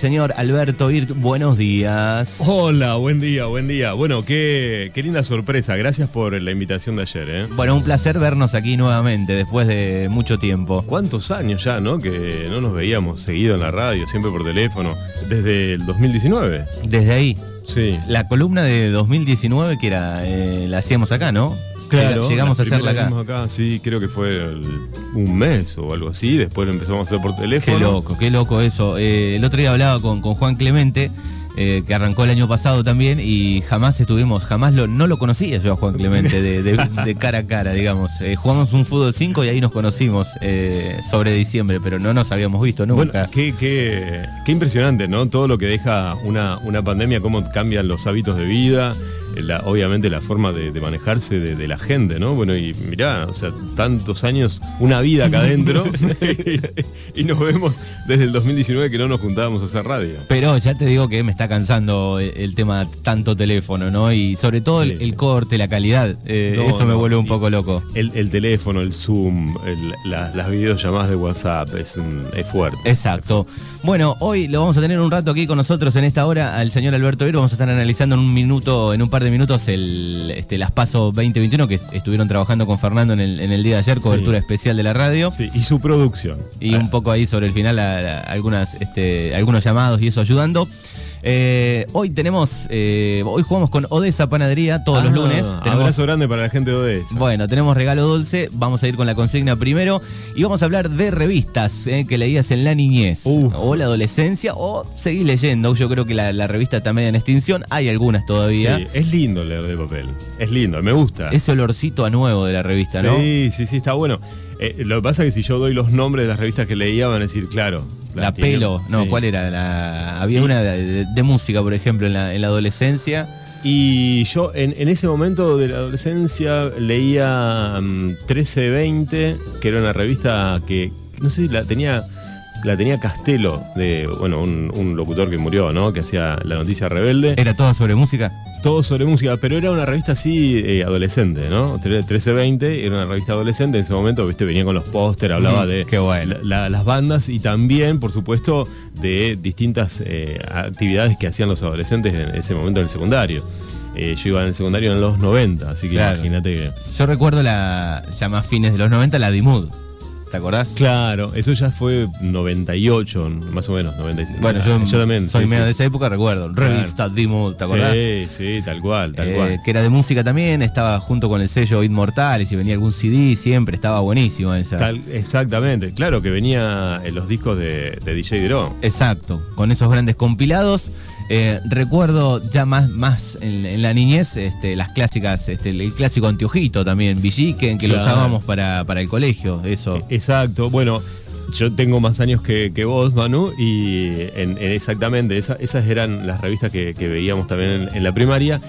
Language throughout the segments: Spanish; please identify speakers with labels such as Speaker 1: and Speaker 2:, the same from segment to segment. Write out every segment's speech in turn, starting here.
Speaker 1: señor Alberto Irt. Buenos días.
Speaker 2: Oh. Hola, buen día, buen día. Bueno, qué, qué linda sorpresa. Gracias por la invitación de ayer, ¿eh?
Speaker 1: Bueno, un placer vernos aquí nuevamente después de mucho tiempo.
Speaker 2: ¿Cuántos años ya, no? Que no nos veíamos seguido en la radio, siempre por teléfono. Desde el 2019.
Speaker 1: Desde ahí,
Speaker 2: Sí.
Speaker 1: la columna de 2019 que era eh, la hacíamos acá, ¿no? Llega- Llegamos a
Speaker 2: la primera
Speaker 1: hacerla acá.
Speaker 2: que hicimos Sí, creo que fue el- un mes o algo así. Después lo empezamos a hacer por teléfono.
Speaker 1: Qué loco, qué loco eso. Eh, el otro día hablaba con, con Juan Clemente, eh, que arrancó el año pasado también, y jamás estuvimos, jamás lo, no lo conocía yo a Juan Clemente de, de- de cara a cara, digamos. Eh, jugamos un fútbol 5 y ahí nos conocimos eh, sobre diciembre, pero no nos habíamos visto
Speaker 2: Bueno,
Speaker 1: nunca.
Speaker 2: qué, qué- qué impresionante, ¿no? Todo lo que deja una, una pandemia, cómo cambian los hábitos de vida, la- obviamente la forma de, de manejarse de, de la gente, ¿no? Bueno, y mirá, o sea, tantos años, una vida acá adentro, y, nos vemos desde el 2019 que no nos juntábamos a hacer radio.
Speaker 1: Pero ya te digo que me está cansando el, el tema tanto teléfono, ¿no? Y sobre todo el,
Speaker 2: Sí.
Speaker 1: el corte, la calidad. eh,
Speaker 2: No,
Speaker 1: eso me
Speaker 2: no,
Speaker 1: vuelve un
Speaker 2: y-
Speaker 1: poco loco.
Speaker 2: El, el teléfono, el Zoom, el- la- las videollamadas de WhatsApp, es, mm, es fuerte.
Speaker 1: Eh, Exacto. Bueno, hoy lo vamos a tener un rato aquí con nosotros en esta hora al señor Alberto Vero. Vamos a estar analizando en un minuto, en un par de minutos, el, este, las PASO 2021 que est- estuvieron trabajando con Fernando en el, en el día de ayer,
Speaker 2: Sí.
Speaker 1: cobertura especial de la radio.
Speaker 2: Sí, y su producción.
Speaker 1: Y un poco ahí sobre el final a- a- algunas, este, algunos llamados y eso ayudando. Eh, hoy tenemos, eh, hoy jugamos con Odessa Panadería todos los
Speaker 2: Ah,
Speaker 1: lunes. Tenemos
Speaker 2: Abrazo grande para la gente de Odessa.
Speaker 1: bueno, tenemos regalo dulce, vamos a ir con la consigna primero y vamos a hablar de revistas eh, que leías en la niñez
Speaker 2: Uf.
Speaker 1: o la adolescencia o seguís leyendo. Yo creo que la, la revista está media en extinción, hay algunas todavía.
Speaker 2: Sí, es lindo leer de papel. Es lindo, me gusta.
Speaker 1: Ese olorcito a nuevo de la revista, ¿no?
Speaker 2: Sí, sí, sí, está bueno. Eh, lo que pasa es que si yo doy los nombres de las revistas que leía, van a decir, claro.
Speaker 1: La
Speaker 2: tiene-
Speaker 1: pelo, no,
Speaker 2: sí.
Speaker 1: ¿cuál era? La, había
Speaker 2: Sí.
Speaker 1: una de, de música, por ejemplo, en la, en la adolescencia.
Speaker 2: Y yo en, en ese momento de la adolescencia leía mm, 1320, que era una revista que, no sé, la tenía... La tenía Castelo, de, bueno, un, un locutor que murió, ¿no? Que hacía la noticia rebelde.
Speaker 1: ¿Era toda sobre música?
Speaker 2: todo sobre música, pero era una revista así eh, adolescente, ¿no? 13-20, era una revista adolescente, en ese momento, viste, venía con los póster, hablaba
Speaker 1: Mm,
Speaker 2: de
Speaker 1: qué bueno.
Speaker 2: la- la- las bandas y también, por supuesto, de distintas eh, actividades que hacían los adolescentes en ese momento en el secundario. Eh, yo iba en el secundario en los 90, así que
Speaker 1: Claro.
Speaker 2: imagínate que...
Speaker 1: Yo recuerdo la, ya más fines de los 90, la Dimud. ¿Te acordás?
Speaker 2: Claro, eso ya fue 98, más o menos, 97.
Speaker 1: Bueno,
Speaker 2: Ah,
Speaker 1: yo,
Speaker 2: también.
Speaker 1: soy
Speaker 2: sí,
Speaker 1: medio
Speaker 2: sí.
Speaker 1: de esa época, recuerdo. Revista Dimud, ¿te acordás?
Speaker 2: Sí, sí, tal cual, tal
Speaker 1: Eh,
Speaker 2: cual.
Speaker 1: que era de música también, estaba junto con el sello Inmortales y venía algún CD, siempre estaba buenísimo esa.
Speaker 2: Tal- exactamente, claro que venía en los discos de, de DJ Dro.
Speaker 1: Exacto, con esos grandes compilados. Eh, recuerdo ya más, más en, en la niñez este, las clásicas, este, el, el clásico antiojito también, Villique, en que lo
Speaker 2: Claro. Eh,
Speaker 1: usábamos para, para el colegio, eso.
Speaker 2: E-, Exacto, bueno, yo tengo más años que, que vos, Manu, y en- en exactamente, esa- esas eran las revistas que, que veíamos también en, en la primaria.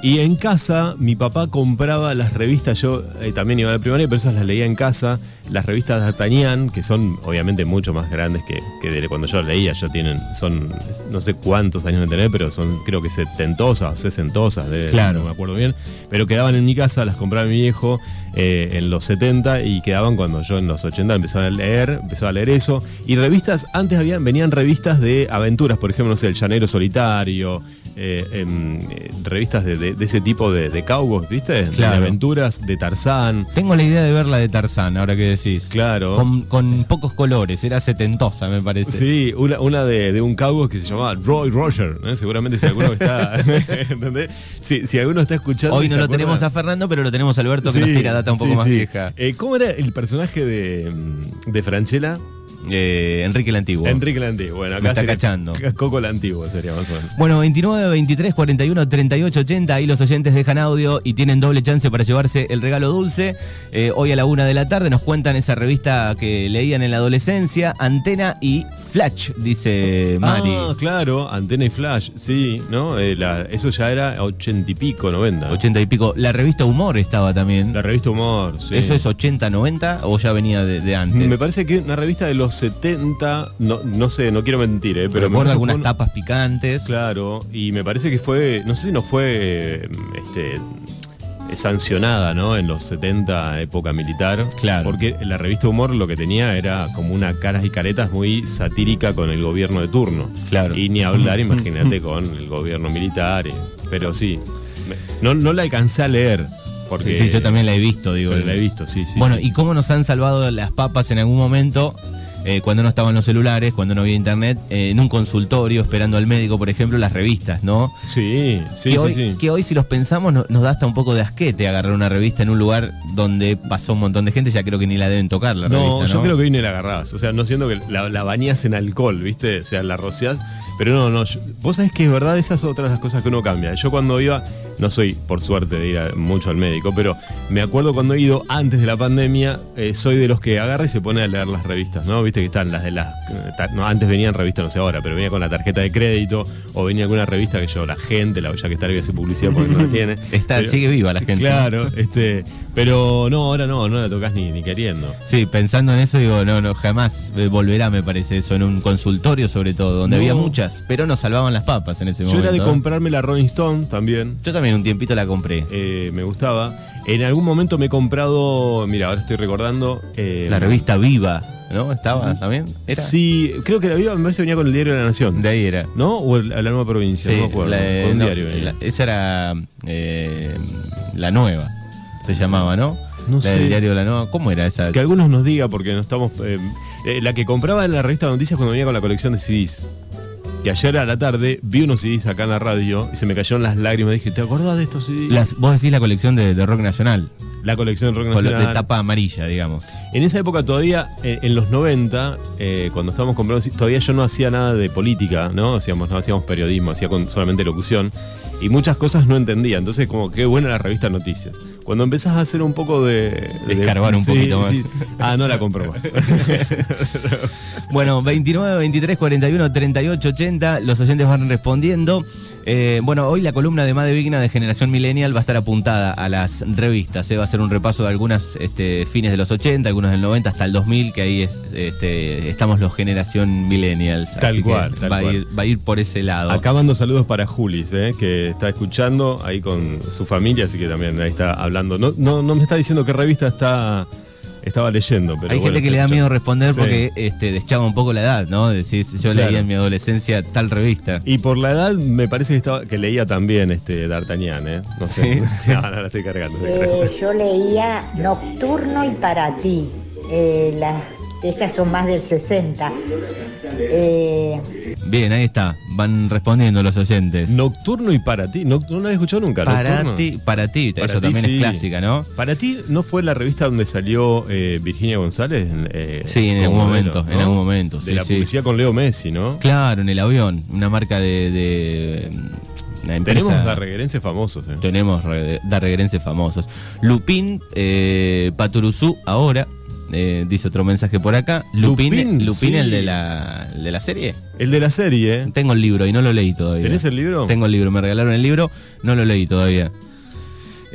Speaker 2: Y en casa, mi papá compraba las revistas, yo eh, también iba a la primaria, pero esas las leía en casa, las revistas de Atañán, que son obviamente mucho más grandes que, que de cuando yo las leía, ya tienen, son, no sé cuántos años de tener, pero son creo que setentosas, sesentosas, de,
Speaker 1: Claro.
Speaker 2: no me acuerdo bien, pero quedaban en mi casa, las compraba mi viejo eh, en los 70 y quedaban cuando yo en los 80 empezaba a leer, empezaba a leer eso. Y revistas, antes habían, venían revistas de aventuras, por ejemplo, no sé, El Llanero Solitario, eh, em, eh, revistas de, de- de ese tipo de, de cowboys, ¿viste?
Speaker 1: Claro.
Speaker 2: De aventuras, de Tarzán,
Speaker 1: Tengo la idea de verla de Tarzán, ahora que decís.
Speaker 2: claro.
Speaker 1: Con, con pocos colores, era setentosa, me parece.
Speaker 2: Sí, una, una de, de un cowboy que se llamaba Roy Roger, ¿eh? seguramente si alguno está, ¿entendés? Si, si alguno está escuchando... y
Speaker 1: Hoy no
Speaker 2: se
Speaker 1: lo
Speaker 2: acuerda-
Speaker 1: tenemos a Fernando, pero lo tenemos a Alberto que nos
Speaker 2: Sí,
Speaker 1: tira data un poco
Speaker 2: sí,
Speaker 1: más
Speaker 2: sí.
Speaker 1: vieja.
Speaker 2: Eh, ¿Cómo era el personaje de, mm, de Franchella?
Speaker 1: Eh, Enrique el Antiguo.
Speaker 2: Enrique Landí. Bueno, acá
Speaker 1: Me está
Speaker 2: sería
Speaker 1: cachando.
Speaker 2: Coco el Antiguo sería más o menos.
Speaker 1: Bueno, 29, 23, 41, 38, 80. Ahí los oyentes dejan audio y tienen doble chance para llevarse el regalo dulce. Eh, hoy a la una de la tarde nos cuentan esa revista que leían en la adolescencia, Antena y Flash, dice Eh, Mari.
Speaker 2: Ah, claro, antena y flash, sí, ¿no? Eh, la- eso ya era ochenta y pico, noventa.
Speaker 1: 80 y pico. La revista Humor estaba también.
Speaker 2: La revista Humor, sí.
Speaker 1: ¿Eso es 80, 90 o ya venía de, de antes?
Speaker 2: Me parece que una revista de los 70, no, no sé, no quiero mentir, ¿eh? pero me
Speaker 1: Recuerdo
Speaker 2: parece
Speaker 1: algunas
Speaker 2: fue un-
Speaker 1: tapas picantes.
Speaker 2: Claro, y me parece que fue, no sé si no fue, eh, este, sancionada, ¿no? En los 70, época militar.
Speaker 1: Claro.
Speaker 2: Porque la revista Humor lo que tenía era como una caras y caretas muy satírica con el gobierno de turno.
Speaker 1: Claro. Mm.
Speaker 2: Y ni hablar, imagínate, con el gobierno militar. eh. Pero sí, me- no, no la alcancé a leer. Porque
Speaker 1: Sí, sí, yo también la he visto, digo.
Speaker 2: pero la he visto, sí, sí.
Speaker 1: bueno,
Speaker 2: sí.
Speaker 1: ¿y cómo nos han salvado las papas en algún momento? eh, cuando no estaban los celulares, cuando no había internet, eh, en un consultorio esperando al médico, por ejemplo, las revistas, ¿no?
Speaker 2: Sí,
Speaker 1: que,
Speaker 2: sí, sí,
Speaker 1: hoy,
Speaker 2: sí.
Speaker 1: que hoy, si los pensamos, no- nos da hasta un poco de asquete agarrar una revista en un lugar donde pasó un montón de gente, ya creo que ni la deben tocar la
Speaker 2: no,
Speaker 1: revista.
Speaker 2: yo creo que hoy ni la agarrabas. O sea, no siento que la, la bañás en alcohol, ¿viste? O sea, la rociás. Pero no, no. yo- vos sabés que es verdad, esas otras las cosas que uno cambia. Yo cuando iba, no soy, por suerte, de ir a- mucho al médico, pero me acuerdo cuando he ido antes de la pandemia, eh, soy de los que agarra y se pone a leer las revistas, ¿no? Viste que están las de las. eh, ta- No, antes venían revistas, no sé ahora, pero venía con la tarjeta de crédito o venía con una revista que yo, la gente, la ya que está, voy a hacer publicidad porque no la tiene.
Speaker 1: Está,
Speaker 2: Pero-
Speaker 1: sigue viva la gente.
Speaker 2: eh, Claro, este. Pero no, ahora no, no la tocas ni, ni queriendo.
Speaker 1: Sí, pensando en eso, digo, no, no, jamás eh, volverá, me parece eso, en un consultorio sobre todo, donde
Speaker 2: No.
Speaker 1: había muchas, pero nos salvaban las papas en ese
Speaker 2: Yo
Speaker 1: momento.
Speaker 2: era de
Speaker 1: ¿eh?
Speaker 2: comprarme la Rolling Stone también.
Speaker 1: Yo también un tiempito la compré.
Speaker 2: eh, me gustaba. En algún momento me he comprado. Mira, ahora estoy recordando. eh,
Speaker 1: La revista Viva, ¿no? ¿Estaba también? ¿Era?
Speaker 2: Sí, creo que la viva me parece que venía con el diario de la Nación.
Speaker 1: De ahí era.
Speaker 2: ¿No? O el- la nueva provincia, no me acuerdo.
Speaker 1: la-
Speaker 2: con un
Speaker 1: no,
Speaker 2: diario venía.
Speaker 1: la- esa era eh, la nueva, se llamaba, ¿no?
Speaker 2: No
Speaker 1: La
Speaker 2: sé.
Speaker 1: del diario de la nueva. ¿Cómo era esa?
Speaker 2: Que algunos nos diga, porque no estamos. eh, eh, la que compraba en la revista de noticias cuando venía con la colección de CDs. Que ayer a la tarde vi unos CDs acá en la radio y se me cayeron las lágrimas. Dije, ¿te acordás de estos CDs?
Speaker 1: Las- vos decís la colección de, de rock nacional,
Speaker 2: la colección de rock
Speaker 1: con lo-
Speaker 2: nacional.
Speaker 1: de tapa amarilla, digamos.
Speaker 2: En esa época todavía, eh, en los 90, eh, cuando estábamos comprando, todavía yo no hacía nada de política, ¿no? Hacíamos, no hacíamos periodismo, hacía con solamente locución. Y muchas cosas no entendía. Entonces, como qué buena la revista Noticias. Cuando empezás a hacer un poco de. de-
Speaker 1: Escarbar un
Speaker 2: sí,
Speaker 1: poquito más.
Speaker 2: sí. Ah, no la compro más.
Speaker 1: Bueno, 29, 23, 41, 38, 80, los oyentes van respondiendo. Eh, bueno, hoy la columna de Madre Vigna de Generación Millennial va a estar apuntada a las revistas. ¿eh? Va a ser un repaso de algunas este, fines de los 80, algunos del 90 hasta el 2000, que ahí es- este, estamos los Generación Millennials.
Speaker 2: Tal
Speaker 1: Así que
Speaker 2: cual, tal
Speaker 1: va, A
Speaker 2: cual.
Speaker 1: ir, va a ir por ese lado.
Speaker 2: Acá mando saludos para Julis, eh, que está escuchando ahí con su familia, así que también ahí está hablando. No, no, no me está diciendo qué revista está, estaba leyendo, pero.
Speaker 1: Hay
Speaker 2: bueno,
Speaker 1: gente que
Speaker 2: está
Speaker 1: le da
Speaker 2: escuchando.
Speaker 1: miedo responder
Speaker 2: Sí.
Speaker 1: porque este, deschaba un poco la edad, ¿no? Decís, yo
Speaker 2: Claro.
Speaker 1: leía en mi adolescencia tal revista.
Speaker 2: Y por la edad me parece que, estaba, que leía también este D'Artagnan, ¿eh? No sé.
Speaker 1: Sí, sí.
Speaker 2: No, no, la estoy cargando. estoy cargando.
Speaker 3: Eh, yo leía Nocturno y para ti. Eh, las- esas son más del 60. Eh,
Speaker 1: Bien, ahí está. Van respondiendo los oyentes.
Speaker 2: Nocturno y para ti. Noct- No, la he escuchado nunca.
Speaker 1: Para
Speaker 2: Nocturno.
Speaker 1: ti, para ti,
Speaker 2: Para
Speaker 1: eso
Speaker 2: ti,
Speaker 1: también
Speaker 2: sí.
Speaker 1: es clásica, ¿no?
Speaker 2: Para ti, ¿no fue la revista donde salió eh, Virginia González? Eh,
Speaker 1: Sí, en
Speaker 2: como
Speaker 1: algún
Speaker 2: modelo,
Speaker 1: momento, en algún momento,
Speaker 2: De
Speaker 1: sí,
Speaker 2: la
Speaker 1: sí.
Speaker 2: publicidad con Leo Messi, ¿no?
Speaker 1: Claro, en el avión, una marca de, de una empresa.
Speaker 2: Tenemos darreguerenses famosos, ¿eh?
Speaker 1: tenemos re- darreguerenses famosos. Lupín, eh, Paturuzú, ahora, eh, dice otro mensaje por acá. Lupín,
Speaker 2: Lupín,
Speaker 1: Lupín,
Speaker 2: sí.
Speaker 1: el de la, el de la serie.
Speaker 2: El de la serie, ¿eh?
Speaker 1: Tengo el libro y no lo leí todavía.
Speaker 2: ¿Tenés el libro?
Speaker 1: Tengo el libro, me regalaron el libro, no lo leí todavía.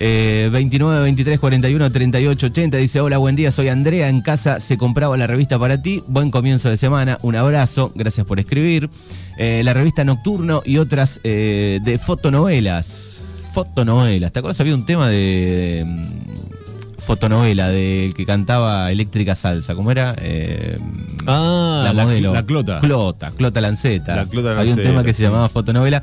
Speaker 1: Eh, 29, 23, 41, 38, 80 dice, hola, buen día, soy Andrea, en casa se compraba la revista para ti, buen comienzo de semana, un abrazo, gracias por escribir. Eh, la revista Nocturno y otras eh, de fotonovelas. Fotonovelas, ¿te acuerdas? Había un tema de... mm, fotonovela del que cantaba Eléctrica Salsa, ¿cómo era? Eh,
Speaker 2: Ah,
Speaker 1: la, modelo.
Speaker 2: La clota.
Speaker 1: Clota, Clota Lanceta.
Speaker 2: La Clota
Speaker 1: Había un
Speaker 2: Lanceta,
Speaker 1: tema que
Speaker 2: sí.
Speaker 1: se llamaba Fotonovela.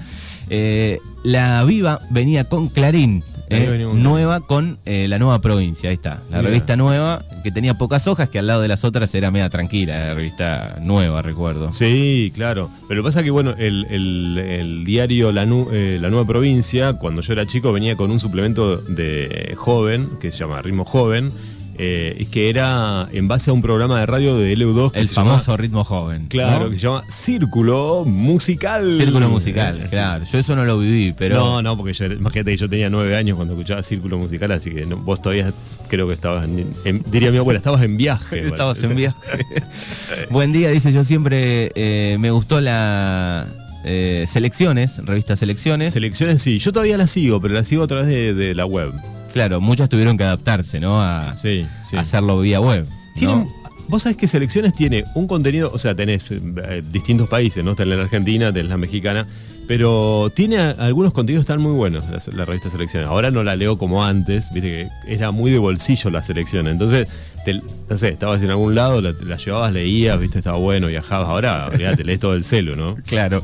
Speaker 1: Eh, la Viva venía con Clarín.
Speaker 2: Ahí
Speaker 1: eh,
Speaker 2: venía un-
Speaker 1: nueva con eh, la nueva provincia, ahí está. La
Speaker 2: Mira.
Speaker 1: revista nueva, que tenía pocas hojas, que al lado de las otras era media tranquila, la revista nueva, recuerdo.
Speaker 2: Sí, claro. Pero lo que pasa que, bueno, el, el- el diario la, Nu- eh, la Nueva Provincia, cuando yo era chico, venía con un suplemento de eh, joven, que se llama Ritmo Joven, eh, y que era en base a un programa de radio de LU2. que
Speaker 1: El
Speaker 2: se
Speaker 1: famoso
Speaker 2: llama-
Speaker 1: ritmo joven.
Speaker 2: claro,
Speaker 1: ¿no?
Speaker 2: que se llama Círculo Musical.
Speaker 1: Círculo musical,
Speaker 2: Eh,
Speaker 1: claro. Yo eso no lo viví, pero.
Speaker 2: no, no, porque yo, era- imagínate que yo tenía nueve años cuando escuchaba Círculo Musical, así que no- vos todavía creo que estabas, en, en- diría mi abuela, estabas en viaje.
Speaker 1: Estabas
Speaker 2: parece.
Speaker 1: en viaje. Buen día, dice yo siempre eh, me gustó la eh, Selecciones, revista Selecciones.
Speaker 2: Selecciones sí, yo todavía las sigo, pero las sigo a través de- de la web.
Speaker 1: Claro, muchas tuvieron que adaptarse, ¿no? A
Speaker 2: Sí, sí.
Speaker 1: hacerlo vía web. ¿no?
Speaker 2: Tienen- Vos sabés que selecciones tiene un contenido, o sea, tenés eh, distintos países, ¿no? Tenés la argentina, tenés la mexicana, pero tiene a- algunos contenidos tan muy buenos la, se- la revista Selecciones. Ahora no la leo como antes, viste que era muy de bolsillo la selección. Entonces, te- no sé, estabas en algún lado, la, la llevabas, leías, viste, estaba bueno, viajabas. Ahora, mirá, te lees todo el celu, ¿no?
Speaker 1: Claro.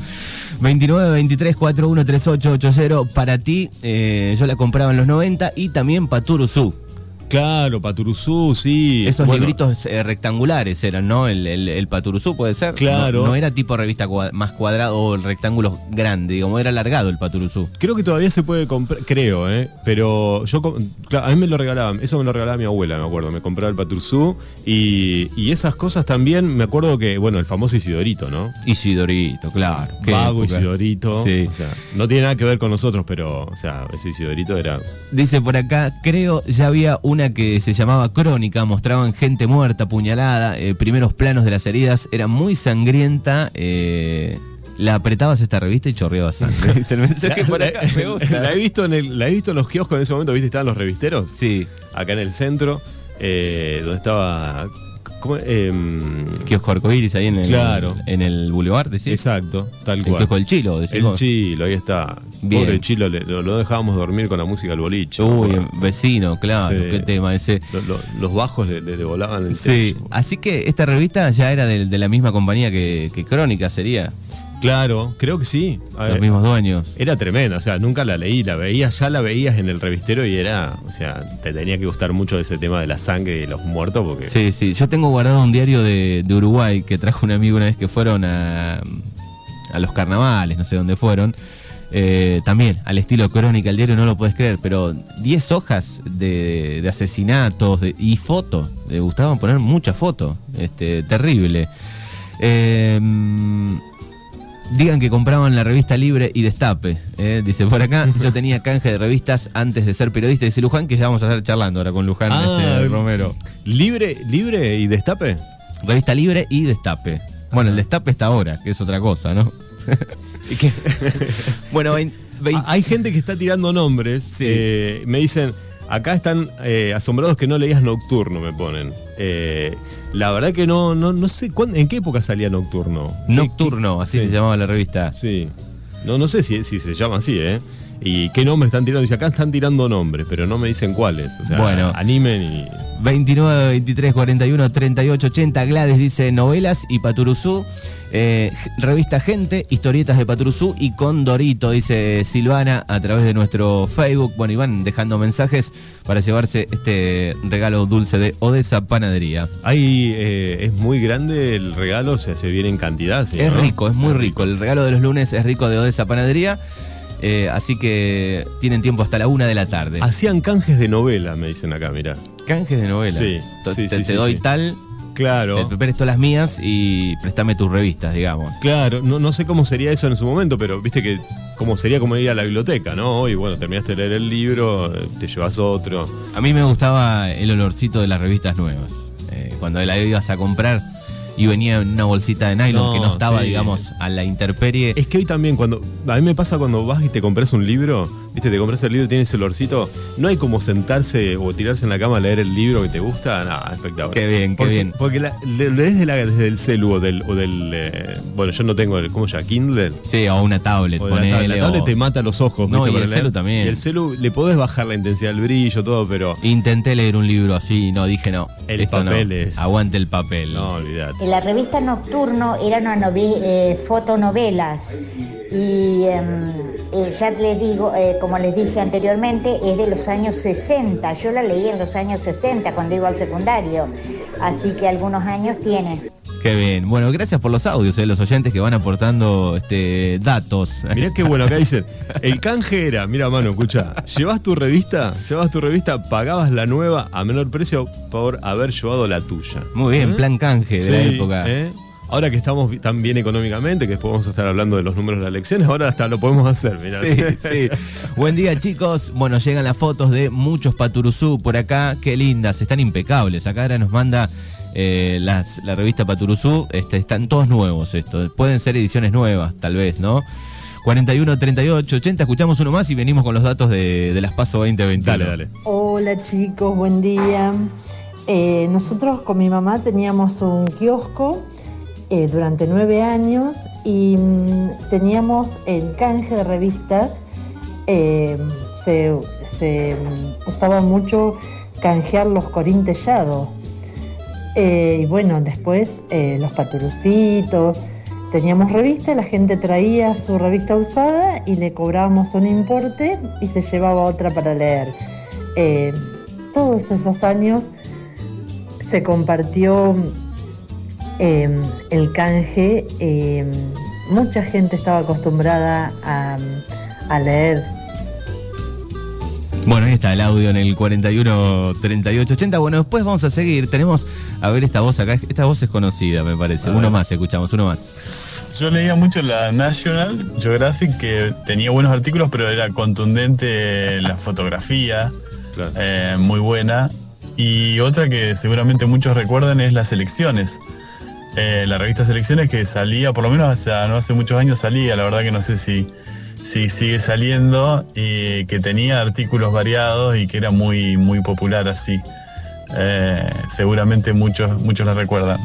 Speaker 1: 29 23 41 38 80 para ti. eh, yo la compraba en los 90 y también Paturuzú.
Speaker 2: Claro, Paturuzú, sí.
Speaker 1: Esos
Speaker 2: Bueno,
Speaker 1: libritos eh, rectangulares eran, ¿no? El, el, el Paturuzú puede ser.
Speaker 2: Claro.
Speaker 1: No, no era tipo revista cua- más cuadrado o el rectángulo grande, digamos, era alargado el Paturuzú.
Speaker 2: Creo que todavía se puede comprar, creo, ¿eh? Pero yo, com- claro, a mí me lo regalaban, eso me lo regalaba mi abuela, me acuerdo, me compraba el Paturzú y, y esas cosas también, me acuerdo que, bueno, el famoso Isidorito, ¿no?
Speaker 1: Isidorito, claro. Qué
Speaker 2: Vago
Speaker 1: época.
Speaker 2: Isidorito,
Speaker 1: Sí.
Speaker 2: o sea, no tiene nada que ver con nosotros, pero, o sea, ese Isidorito era...
Speaker 1: Dice por acá, creo ya había una que se llamaba Crónica, mostraban gente muerta, puñalada, eh, primeros planos de las heridas, era muy sangrienta. eh, la apretabas esta revista y chorreaba sangre. Dice el mensaje por acá, me gusta.
Speaker 2: La he visto en el- la he visto en los kioscos en ese momento, ¿viste? Estaban los revisteros.
Speaker 1: Sí,
Speaker 2: acá en el centro, eh, donde estaba... ¿cómo? Em,
Speaker 1: kiosco arcoiris ahí en el,
Speaker 2: Claro.
Speaker 1: en el boulevard, decís.
Speaker 2: Exacto, tal
Speaker 1: El
Speaker 2: cual.
Speaker 1: kiosco del Chilo, decís
Speaker 2: El
Speaker 1: vos.
Speaker 2: chilo, ahí está.
Speaker 1: Bien.
Speaker 2: Pobre chilo, le- lo, lo dejábamos dormir con la música del boliche.
Speaker 1: Uy, vecino, claro,
Speaker 2: Sí.
Speaker 1: qué tema ese.
Speaker 2: Lo- lo- los bajos le, le- le volaban el
Speaker 1: Sí,
Speaker 2: techo.
Speaker 1: así que esta revista ya era del- de, la misma compañía que, que Crónica, sería.
Speaker 2: Claro, creo que sí. A
Speaker 1: Los
Speaker 2: ver,
Speaker 1: mismos dueños.
Speaker 2: Era tremenda, o sea, nunca la leí, la veías, ya la veías en el revistero y era, o sea, te tenía que gustar mucho ese tema de la sangre y de los muertos porque...
Speaker 1: Sí, sí. Yo tengo guardado un diario de, de Uruguay que trajo un amigo una vez que fueron a, a los carnavales, no sé dónde fueron. Eh, también, al estilo crónica, el diario no lo puedes creer, pero 10 hojas de, de asesinatos de- y fotos. Le gustaban poner muchas fotos. Este, terrible. Eh, Digan que compraban la revista Libre y Destape. ¿eh? Dice por acá, yo tenía canje de revistas antes de ser periodista. Dice Luján, que ya vamos a estar charlando ahora con Luján
Speaker 2: Ah,
Speaker 1: este, Romero.
Speaker 2: ¿Libre, libre y destape?
Speaker 1: Revista Libre y Destape. Bueno, el Destape está ahora, que es otra cosa, ¿no? bueno, vein- vein-
Speaker 2: Ah, Hay gente que está tirando nombres. eh, me dicen, acá están eh, asombrados que no leías Nocturno, me ponen. Eh, la verdad que no, no, no sé cuán- en qué época salía Nocturno. ¿Qué-
Speaker 1: Nocturno, así
Speaker 2: sí.
Speaker 1: se llamaba la revista.
Speaker 2: qué- sí. No, no sé si, si se llama así, ¿eh? ¿Y qué nombres están tirando? Dice, acá están tirando nombres, pero no me dicen cuáles. O sea,
Speaker 1: Bueno.
Speaker 2: animen y.
Speaker 1: 29, 23, 41, 38, 80. Gladys dice novelas y Paturuzú. Eh, g- revista Gente, historietas de Paturuzú y Condorito, dice Silvana, a través de nuestro Facebook. Bueno, Iván dejando mensajes para llevarse este regalo dulce de Odessa Panadería.
Speaker 2: Hay, eh, es muy grande el regalo, o sea, se viene en cantidad. sí,
Speaker 1: es
Speaker 2: ¿no?
Speaker 1: rico, es muy rico. El regalo de los lunes es rico de Odessa Panadería. Eh, así que tienen tiempo hasta la una de la tarde.
Speaker 2: Hacían canjes de novela, me dicen acá, mirá.
Speaker 1: Ah, Canjes de novela.
Speaker 2: Sí,
Speaker 1: To-
Speaker 2: sí,
Speaker 1: te,
Speaker 2: sí,
Speaker 1: te
Speaker 2: sí,
Speaker 1: doy
Speaker 2: sí.
Speaker 1: tal,
Speaker 2: Claro.
Speaker 1: te presto las mías y préstame tus revistas, digamos.
Speaker 2: Claro, no, no sé cómo sería eso en su momento, pero viste que como sería como ir a la biblioteca, ¿no? Hoy, bueno, terminaste de leer el libro, eh, te llevas otro.
Speaker 1: A mí me gustaba el olorcito de las revistas nuevas. Eh, cuando la ibas a comprar y venía en una bolsita de nylon
Speaker 2: No,
Speaker 1: que no estaba,
Speaker 2: sí.
Speaker 1: digamos, a la intemperie.
Speaker 2: Es que hoy también cuando... A mí me pasa cuando vas y te compras un libro, viste, te compras el libro, tienes el olorcito, no hay como sentarse o tirarse en la cama a leer el libro que te gusta, nada, espectacular.
Speaker 1: Qué bien, qué
Speaker 2: Porque-
Speaker 1: bien.
Speaker 2: Porque la- le- lees de la- desde el celu o del... O del eh, bueno, yo no tengo el... ¿Cómo se llama? Kindle.
Speaker 1: Sí, o una tablet,
Speaker 2: O de la tablet.
Speaker 1: Eh, ponele,
Speaker 2: la tablet
Speaker 1: o-
Speaker 2: te mata los ojos.
Speaker 1: No,
Speaker 2: viste,
Speaker 1: y
Speaker 2: para
Speaker 1: el
Speaker 2: leer.
Speaker 1: celu también.
Speaker 2: Y el celu le podés bajar la intensidad, el brillo, todo, pero...
Speaker 1: Intenté leer un libro así, no, dije no.
Speaker 2: El
Speaker 1: esto no.
Speaker 2: papel es-
Speaker 1: Aguante el papel.
Speaker 2: No, olvidate.
Speaker 3: En la revista Nocturno eran una nove- eh, fotonovelas y em, eh, ya les digo, eh, como les dije anteriormente, es de los años 60. Yo la leí en los años 60 cuando iba al secundario, así que algunos años tiene.
Speaker 1: Qué bien. Bueno, gracias por los audios, eh, los oyentes que van aportando este, datos.
Speaker 2: Mirá qué bueno, acá dicen, el canje era, mira mano, escucha, llevas tu revista, llevas tu revista, pagabas la nueva a menor precio por haber llevado la tuya.
Speaker 1: Muy bien,
Speaker 2: ¿Eh?
Speaker 1: plan canje de la
Speaker 2: Sí,
Speaker 1: época.
Speaker 2: ¿eh? Ahora que estamos bi- tan bien económicamente, que después vamos a estar hablando de los números de las elecciones, ahora hasta lo podemos hacer, mirá.
Speaker 1: Sí, sí. Buen día, chicos. Bueno, llegan las fotos de muchos Paturuzú por acá. Qué lindas, están impecables. Acá ahora nos manda eh, las, la revista Paturuzú. Este, están todos nuevos esto. Pueden ser ediciones nuevas, tal vez, ¿no? 41, 38, 80. Escuchamos uno más y venimos con los datos de, de las PASO 2021.
Speaker 2: Dale, dale.
Speaker 4: Hola chicos, buen día. Eh, nosotros con mi mamá teníamos un kiosco eh, durante nueve años y mm, teníamos el canje de revistas. eh, se, se, mm, usaba mucho canjear los corintellados. Eh, y bueno, después eh, los paturucitos. Teníamos revistas, la gente traía su revista usada y le cobrábamos un importe y se llevaba otra para leer. Eh, todos esos años se compartió eh, el canje. eh, mucha gente estaba acostumbrada a, a leer.
Speaker 1: Bueno, ahí está el audio en el 41 38 80. Bueno, después vamos a seguir. Tenemos, a ver, esta voz acá. Esta voz es conocida, me parece.
Speaker 2: A
Speaker 1: uno
Speaker 2: ver.
Speaker 1: más, escuchamos, uno más.
Speaker 5: Yo leía mucho la National Geographic, que tenía buenos artículos, pero era contundente la fotografía,
Speaker 2: Claro.
Speaker 5: eh, muy buena. Y otra que seguramente muchos recuerdan es las Selecciones. Eh, la revista Selecciones que salía, por lo menos hasta no hace muchos años salía, la verdad que no sé si, si sigue saliendo, y que tenía artículos variados y que era muy, muy popular así. Eh, seguramente muchos, muchos la recuerdan.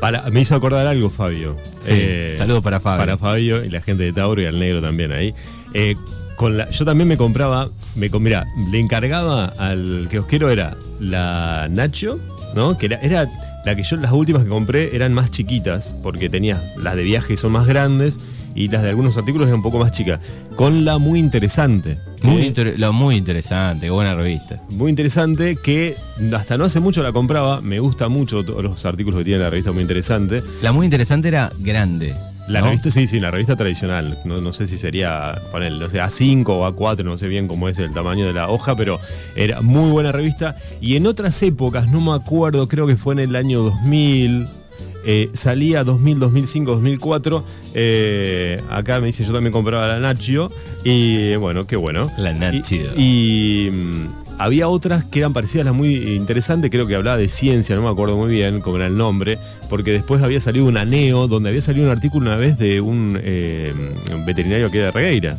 Speaker 2: Para- me hizo acordar algo, Fabio. Eh,
Speaker 1: Sí, saludos para Fabio.
Speaker 2: Para Fabio y la gente de Tauro y al negro también ahí. Eh, con la, yo también me compraba, me com- mirá, le encargaba al kiosquero era la Nacho, ¿no? Que era, era la que yo, las últimas que compré eran más chiquitas, porque tenía las de viaje son más grandes y las de algunos artículos eran un poco más chicas. Con la muy interesante.
Speaker 1: Muy,
Speaker 2: que-
Speaker 1: Eh, inter- lo muy interesante, buena revista.
Speaker 2: muy interesante que hasta no hace mucho la compraba, me gusta mucho todos los artículos que tiene la revista, muy interesante.
Speaker 1: La muy interesante era grande.
Speaker 2: La
Speaker 1: ¿no?
Speaker 2: revista, sí, sí, la revista tradicional. No, no sé si sería, poner, no sé, A5 o A4, no sé bien cómo es el tamaño de la hoja, pero era muy buena revista. Y en otras épocas, no me acuerdo, creo que fue en el año 2000, eh, salía 2000, 2005, 2004. eh, acá me dice, yo también compraba la Nacho. Y eh, bueno, qué bueno.
Speaker 1: La Nacho.
Speaker 2: Y, y, mm, había otras que eran parecidas, las muy interesantes, creo que hablaba de ciencia, no me acuerdo muy bien cómo era el nombre, porque después había salido un aneo, donde había salido un artículo una vez de un eh, veterinario que era de Regueira,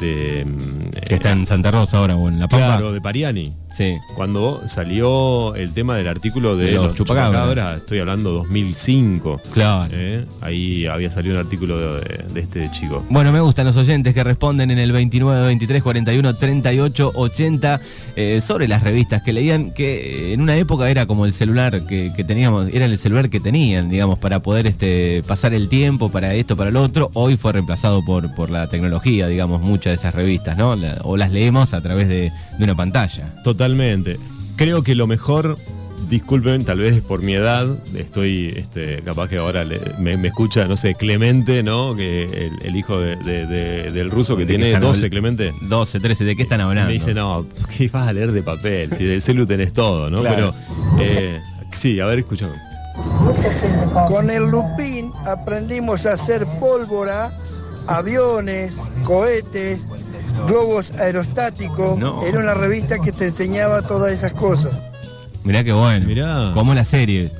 Speaker 2: de... mm,
Speaker 1: Que está
Speaker 2: eh,
Speaker 1: en Santa Rosa ahora, o en La Pampa.
Speaker 2: Claro, de Pariani.
Speaker 1: Sí.
Speaker 2: Cuando salió el tema del artículo de,
Speaker 1: De los
Speaker 2: los,
Speaker 1: chupacabras.
Speaker 2: chupacabras, estoy hablando 2005,
Speaker 1: Claro.
Speaker 2: ¿eh? ahí había salido un artículo de- de este chico.
Speaker 1: Bueno, me gustan los oyentes que responden en el 29, 23, 41, 38, 80 eh, sobre las revistas que leían, que eh, en una época era como el celular que, que teníamos, era el celular que tenían, digamos, para poder este, pasar el tiempo, para esto, para lo otro. Hoy fue reemplazado por, por la tecnología, digamos, muchas de esas revistas, ¿no? La- o las leemos a través de, de una pantalla.
Speaker 2: Totalmente. Creo que lo mejor, disculpen, tal vez es por mi edad, estoy, este, capaz que ahora le- me, me escucha, no sé, Clemente, ¿no? Que el, el hijo de- de- de- del ruso que
Speaker 1: ¿De qué
Speaker 2: tiene
Speaker 1: están
Speaker 2: 12,
Speaker 1: habl-
Speaker 2: Clemente.
Speaker 1: 12, 13, ¿de qué están hablando?
Speaker 2: Me dice, no, si vas a leer de papel, si del celu tenés todo, ¿no?
Speaker 1: Claro.
Speaker 2: Pero, eh, sí, a ver, escuchame.
Speaker 6: Con el Lupín aprendimos a hacer pólvora, aviones, cohetes, globos aerostáticos.
Speaker 1: No.
Speaker 6: Era una revista que te enseñaba todas esas cosas.
Speaker 1: Mirá qué bueno.
Speaker 2: Mirá.
Speaker 1: Como la serie.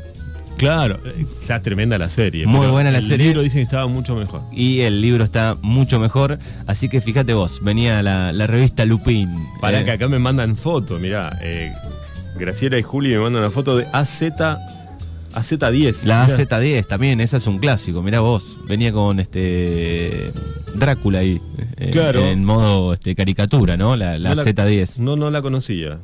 Speaker 2: Claro, eh, está tremenda la serie.
Speaker 1: Muy
Speaker 2: pero
Speaker 1: buena la
Speaker 2: el
Speaker 1: serie.
Speaker 2: libro dicen que estaba mucho mejor.
Speaker 1: y el libro está mucho mejor. Así que fíjate vos, venía la, la revista Lupin.
Speaker 2: Para
Speaker 1: Eh,
Speaker 2: que acá me mandan foto, mirá. eh, Graciela y Juli me mandan una foto de AZ, AZ10.
Speaker 1: La
Speaker 2: mirá.
Speaker 1: AZ10 también, esa es un clásico, mirá vos. Venía con este Drácula ahí. eh,
Speaker 2: Claro.
Speaker 1: En modo este, caricatura, ¿no? La, la
Speaker 2: No la-
Speaker 1: Z10.
Speaker 2: No, no la conocía.